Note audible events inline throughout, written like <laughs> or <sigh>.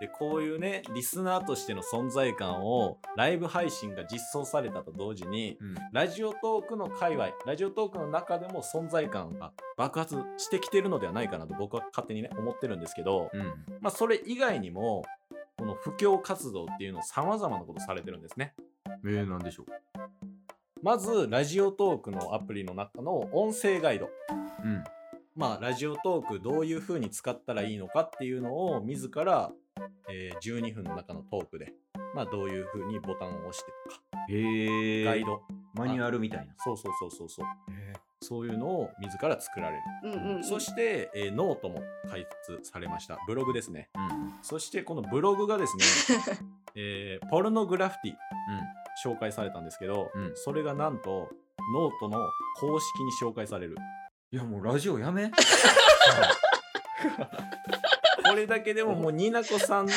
でこういうねリスナーとしての存在感をライブ配信が実装されたと同時にうんラジオトークの界隈ラジオトークの中でも存在感が爆発してきてるのではないかなと僕は勝手にね思ってるんですけど、うんまあ、それ以外にもこの布教活動っていうのをさまざまなことされてるんですね。えー、なんでしょうまずラジオトークのアプリの中の音声ガイドうんまあ、ラジオトークどういう風に使ったらいいのかっていうのを自ら、えー12分の中のトークで、まあ、どういう風にボタンを押してとか、へえガイドマニュアルみたいなそうそうそうそうそうそういうのを自ら作られる、うんうんうんそして、えーノートも開発されましたブログですねうんそしてこのブログがですね、 <laughs> えーポルノグラフィティ紹介されたんですけど、うんそれがなんとノートの公式に紹介されるいやもうラジオや <laughs> めこれだけでももうニナコさんの、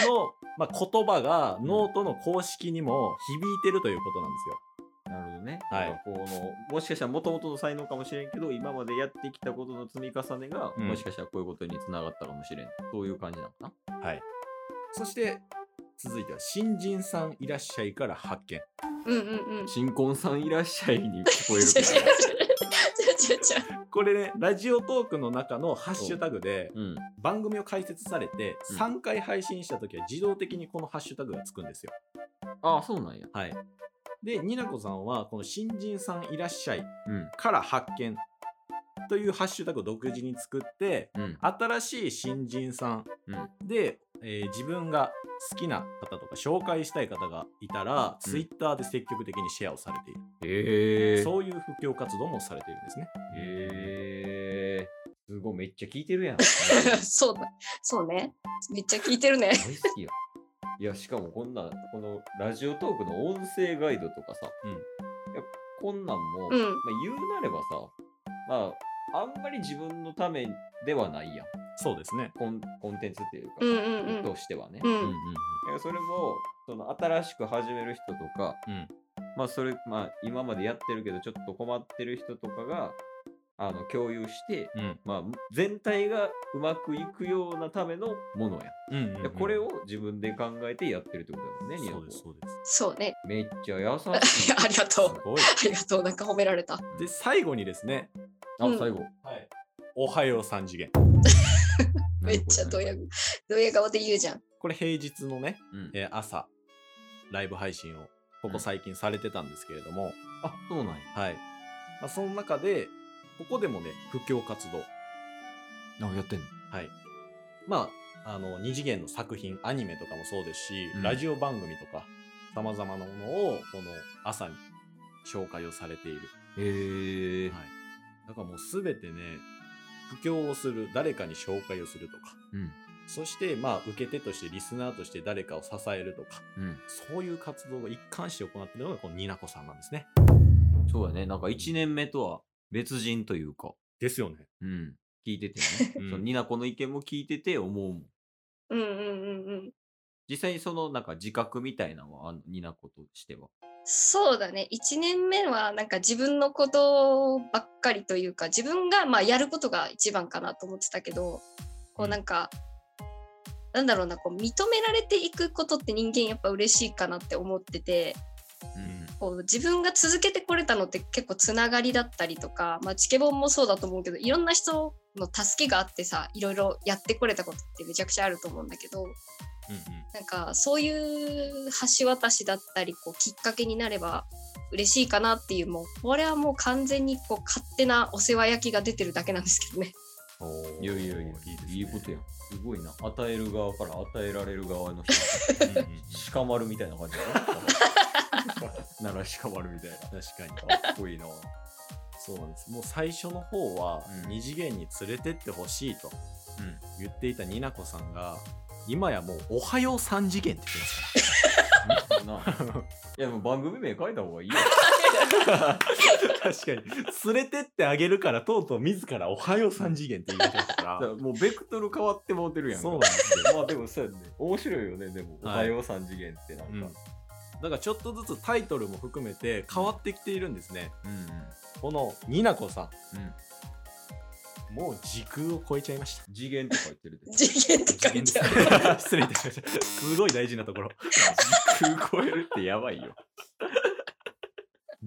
まあ、言葉がノートの公式にも響いてるということなんですよ。なるほどね、はいなんかこのもしかしたらもともとの才能かもしれんけど今までやってきたことの積み重ねが、うんもしかしたらこういうことにつながったかもしれんそういう感じなのかなそして続いては新人さんいらっしゃいから発見。うんうんうん。新婚さんいらっしゃいに聞こえ違う違う違う違う違うるけ <laughs> どこれねラジオトークの中のハッシュタグでうん番組を解説されてうん3回配信した時は自動的にこのハッシュタグがつくんですよ。ああそうなんやはい、でニナコさんはこの新人さんいらっしゃいうんから発見というハッシュタグを独自に作ってうん新しい新人さんうんで、えー自分が好きな方とか紹介したい方がいたら、うんツイッターで積極的にシェアをされている、へえそういう布教活動もされているんですねへえすごいめっちゃ聞いて <laughs> るやん <laughs> そうだそうね。めっちゃ聞いてるね。大好きや。いや、しかもこんな、このラジオトークの音声ガイドとかさ、うんいやこんなんも、うんまあ、言うなればさ、まあ、あんまり自分のためではないやん。そうですねコンコンテンツっていうか、うんうんうんとしてはね。うんいやそれも、その新しく始める人とか、うんまあ、それ、まあ、今までやってるけど、ちょっと困ってる人とかが、あの共有して、うんまあ、全体がうまくいくようなためのものやん。うんうんうん、いやこれを自分で考えてやってるってことだもんね、ニナそコうですそうですそうね。。めっちゃ優しいありがとうすすごいごいありがとう。なんか褒められた。で最後にですね、あ、うん最後。はい、おはよう3次元めっちゃドヤドヤ顔で言うじゃん。これ平日のね、うんえー朝ライブ配信をここ最近されてたんですけれども、あ、そうなんや。はい、まあ、その中でここでもね布教活動あ、やってんのはい。まあ、あの、二次元の作品、アニメとかもそうですし、うんラジオ番組とか、様々なものを、この朝に紹介をされている。へえ。はい。だからもうすべてね、布教をする、誰かに紹介をするとか、うん。そして、まあ、受け手として、リスナーとして誰かを支えるとか、うん。そういう活動が一貫して行っているのが、このニナコさんなんですね。そうやね。なんか1年目とは別人というか、ですよね。うん。聞いててね。うんそのニナコの意見も聞いてて思うもん。うんうんうんうん。実際にそのなんか自覚みたいなのはあんの、ニナコとしては。そうだね1年目はなんか自分のことばっかりというか自分がまあやることが一番かなと思ってたけどうこうんなんか、なんだろうなこう認められていくことって人間やっぱ嬉しいかなって思っててうん。こう自分が続けてこれたのって結構つながりだったりとか、まあ、チケボンもそうだと思うけどいろんな人の助けがあってさいろいろやってこれたことってめちゃくちゃあると思うんだけど、うんなんかそういう橋渡しだったりこうきっかけになれば嬉しいかなっていうもうこれはもう完全にこう勝手なお世話焼きが出てるだけなんですけどね。 <laughs> うん。いやいやいや、いいことやん。すごいな。与える側から与えられる側の人。と。うんうんうん鹿丸みたいな感じだな奈良鹿丸みたいな。確かに。かっこいいな。そうなんです。もう最初の方は、うん二次元に連れてってほしいと言っていたニナコさんが、今やもう、おはよう三次元って言ってますか <laughs> いや、もう番組名書いた方がいいよ。ら。 <laughs> 確かに。連れてってあげるから、とうとう自らおはよう三次元って言い出したか。<laughs> だから <laughs> らもうベクトル変わってもうてるやんか。そうなんですよ。まあでもそうやね。面白いよね、でも。おはいはよう三次元ってなんうんか。だからちょっとずつタイトルも含めて変わってきているんですね。うん。このニナコさうん、ん。もう時空を超えちゃいました。次元とか言ってるで。 <laughs> 次元って書いてあ <laughs> る。失礼いたしました。すごい大事なところ。時空超えるってやばいよ。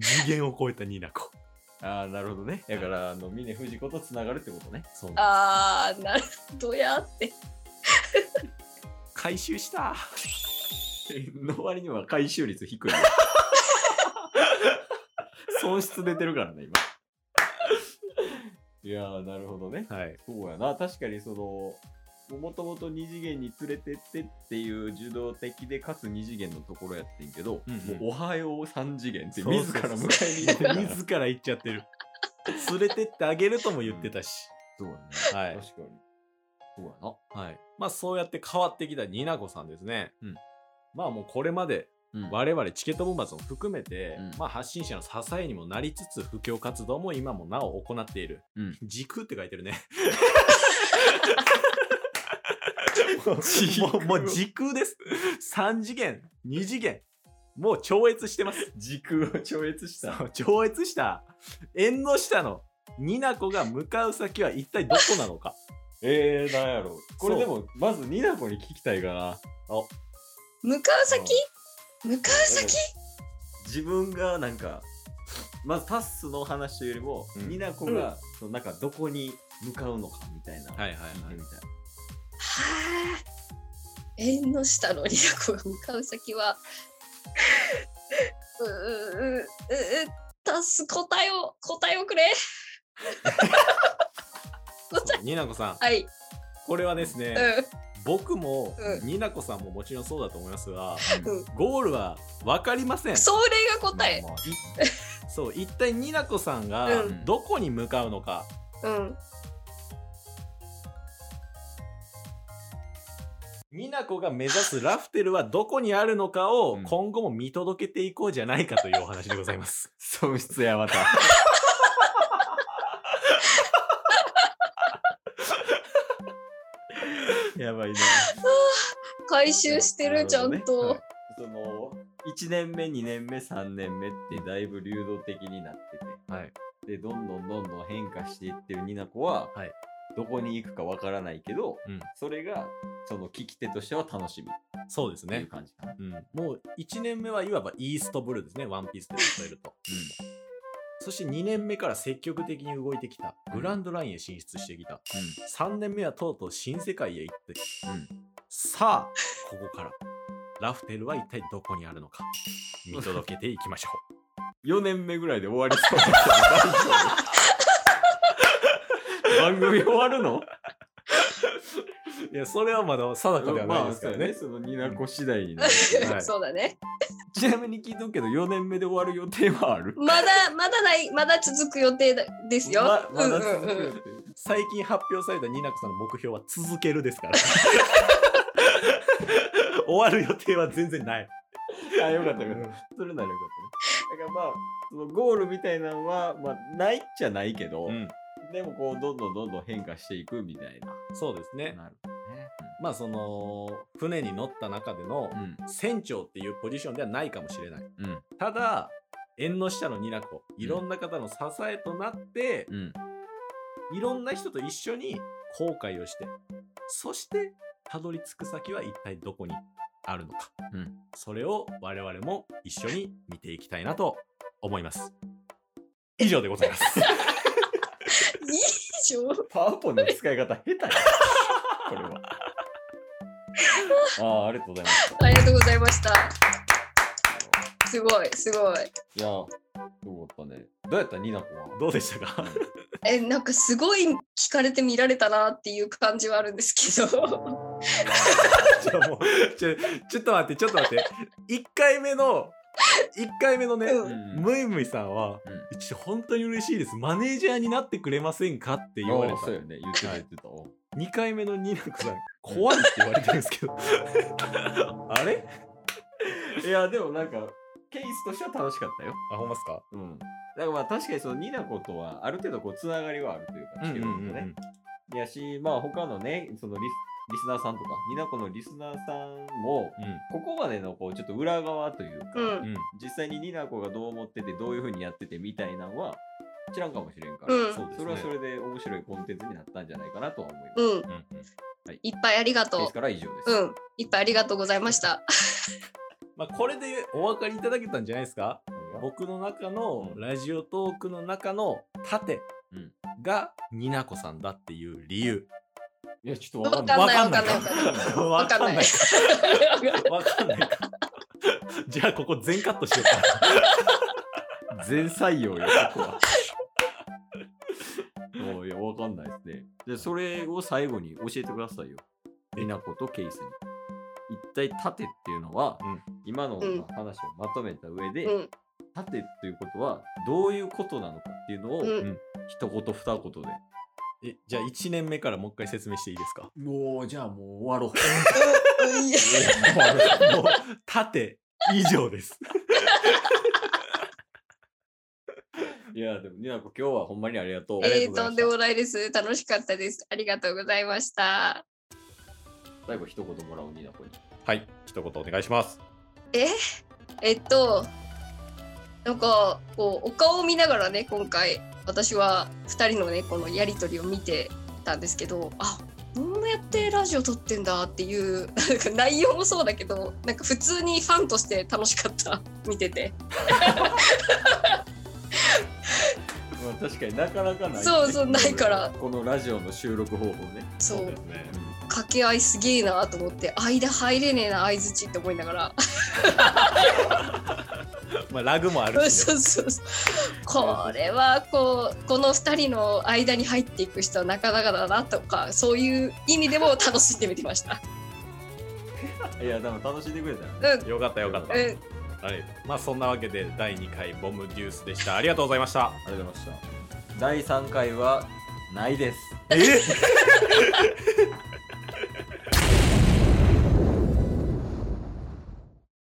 次元を超えたニナコ。 <laughs> ああ、なるほどね。だから、あの、峰富士子とつながるってことね。そうなんあー、なるほどやって。です回収した。 <laughs> の割には回収率低いよ。 <laughs> 損失出てるからね、今。 <laughs> いやー、なるほどね。はい。そうやな、確かにその、もともと二次元に連れてってっていう受動的で、かつ二次元のところやってんけど、うんうんもうおはよう三次元ってそうそうそ自うら迎えに行っ <laughs> てるから自ら行っちゃってる。連れてってあげるとも言ってたし。そうやね。はい確か。に。そうやな。はい。まあそうやって変わってきたニナコさんですね。うんまあもうこれまでうん我々チケットボンバーズも含めて、うんまあ発信者の支えにもなりつつ、布教活動も今もなお行っている。うん時空って書いてるね。<laughs> 時も空うもう時空です。3次元、2次元、もう超越してます。時空を超越しそた。う超越した縁の下のニナコが向かう先は一体どこなのか。えー、なんやろう。これそうでも、まず、ニナコに聞きたいかな。向かう先向かう先自分がなんか、まずタッスの話よりも、うんニナコが、そのなんかどこに向かうのかみたいな。いは聞いてみたい。はあ。縁の下のリナコが向かう先は、ううううう、出す答えを、答えをくれ。答え、ニナコさん、はい、これはですね、僕も、うニナコさんももちろんそうだと思いますが、うん、うゴールは分かりませんん。。それが答え。まあまあ <laughs> そう、一体ニナコさんがうんどこに向かうのか。うん。ニナコが目指すラフテルはどこにあるのかをうん今後も見届けていこうじゃないかというお話でございます。損失やま <laughs> た。やばいな。回収してる、ちゃんと。はいその1年目、2年目、3年目ってだいぶ流動的になってて、はいでどんどんどんどん変化していってるニナコは、はいどこに行くかわからないけど、うんそれがその聞き手としては楽しみっそうですていうね。感じかな。うん、もう1年目はいわばイーストブルーですね、ワンピースで例える <laughs> と。そして2年目から積極的に動いてきた、グランドラインへ進出してきた、3年目はとうとう新世界へ行って、さあ、ここから、ラフテルは一体どこにあるのか、見届けていきましょう。 4年目ぐらいで終わりそうだけど大丈夫 <laughs> 番組終わるの <laughs> いや、それはまだ定かではないですからまあね。そうやねそのニナコ次第になるけどはいそうだね。ちなみに聞いとくけど、4年目で終わる予定はあ <laughs> るまだ、まだない、まだ続く予定だですよ。ままだうん続うんくう予ん。定最近発表されたニナコさんの目標は続けるです <laughs> から。終わる予定は全然ない。あ、よかったよかった。それならよかったね。だからまあ、そのゴールみたいなのは、まあ、ないっちゃないけど、うん、でもこう、どんどんどんどん変化していくみたいな。そうですね。なるほどね。まあ、その、船に乗った中での、うん。船長っていうポジションではないかもしれない。うん。ただ、縁の下のニナコ、いろんな方の支えとなって、うん。いろんな人と一緒に後悔をして、そして、たどり着く先は一体どこにあるのか。うんそれを我々も一緒に見ていきたいなと思います。以上でござい <laughs> ます。以上。パワポの使い方下手や。これは。ああ、ありがとうございました。ありがとうございました。すごい、すごい。いや、よかったね。どうやったニナコは。どうでしたか <laughs> えなんかすごい聞かれて見られたなっていう感じはあるんですけどちょもうちょちょっと待って、ちょっと待って。1回目の、1回目のね、うんムイムイさんは、うんうち本当に嬉しいです。マネージャーになってくれませんかって言われあたあ。そうよね。言ってた言ってた。 2回目のニナコさん、怖いって言われてるんですけど。あれいや、でもなんか、ケースとしては楽しかったよ。あ、ほんまっすかうん。だからまあ確かにそのニナコとはある程度こうつながりはあるというか、チケボンとね。いやし、まあ他のね、そのリスリスナーさんとか、ニナコのリスナーさんも、ここまでのこうちょっと裏側というか、うんうん。うん。実際にニナコがどう思ってて、どういうふうにやっててみたいなのは、知らんかもしれんから、うんそうですねそれはそれで面白いコンテンツになったんじゃないかなとは思います。うん。うんうんいっぱいありがでとすから以上です。う。うん。いっぱいありがとうございました。まあ、これでお分かりいただけたんじゃないですか僕の中のうんラジオトークの中の盾うんがになこさんだっていう理由。いや、ちょっとわわかかんんな。ないいわかんないわかんないかわわかかんんなわかんなないい。いか。じゃあここ全カットしようか。全採用よ、ここ <laughs> は。もういや、わかんないですね。で、それを最後に教えてくださいよ。ええなことケイスに。一体盾っていうのは、うん今のうん話をまとめた上で、うん。盾ということはどういうことなのかっていうのを、うんうん一言二言で。えじゃあ1年目からもう一回説明していいですかおーじゃあもう終わろう。うんいやもう盾以上です。 <laughs> いや、でも、ニナコ、今日はほんまにありがとう。えー、とんでいもないです。楽しかったです。ありがとうございました。最後、一言もらおう、ニナコに。はい一言お願いします。ええっとなんかこうお顔を見ながらね今回私は2人のねこのやり取りを見てたんですけどあこんなやってラジオ撮ってんだっていうなんか内容もそうだけどなんか普通にファンとして楽しかった見ててまあ、確かになかなかない、そうそうないからこのラジオの収録方法ね。そうすね。掛け合いすげえなと思って間入れねえな相づちって思いながらまあラグもあそるうし、そうそうそうこれはこうこの2人の間に入っていく人はなかなかだなとかそういう意味でも楽しんで見てました。いや、でも楽しんでくれたよ。うんよかったよかった。うんはい。まあそんなわけで第2回ボムデュースでした。ありがとうございました。ありがとうございました。第3回は、ないです。え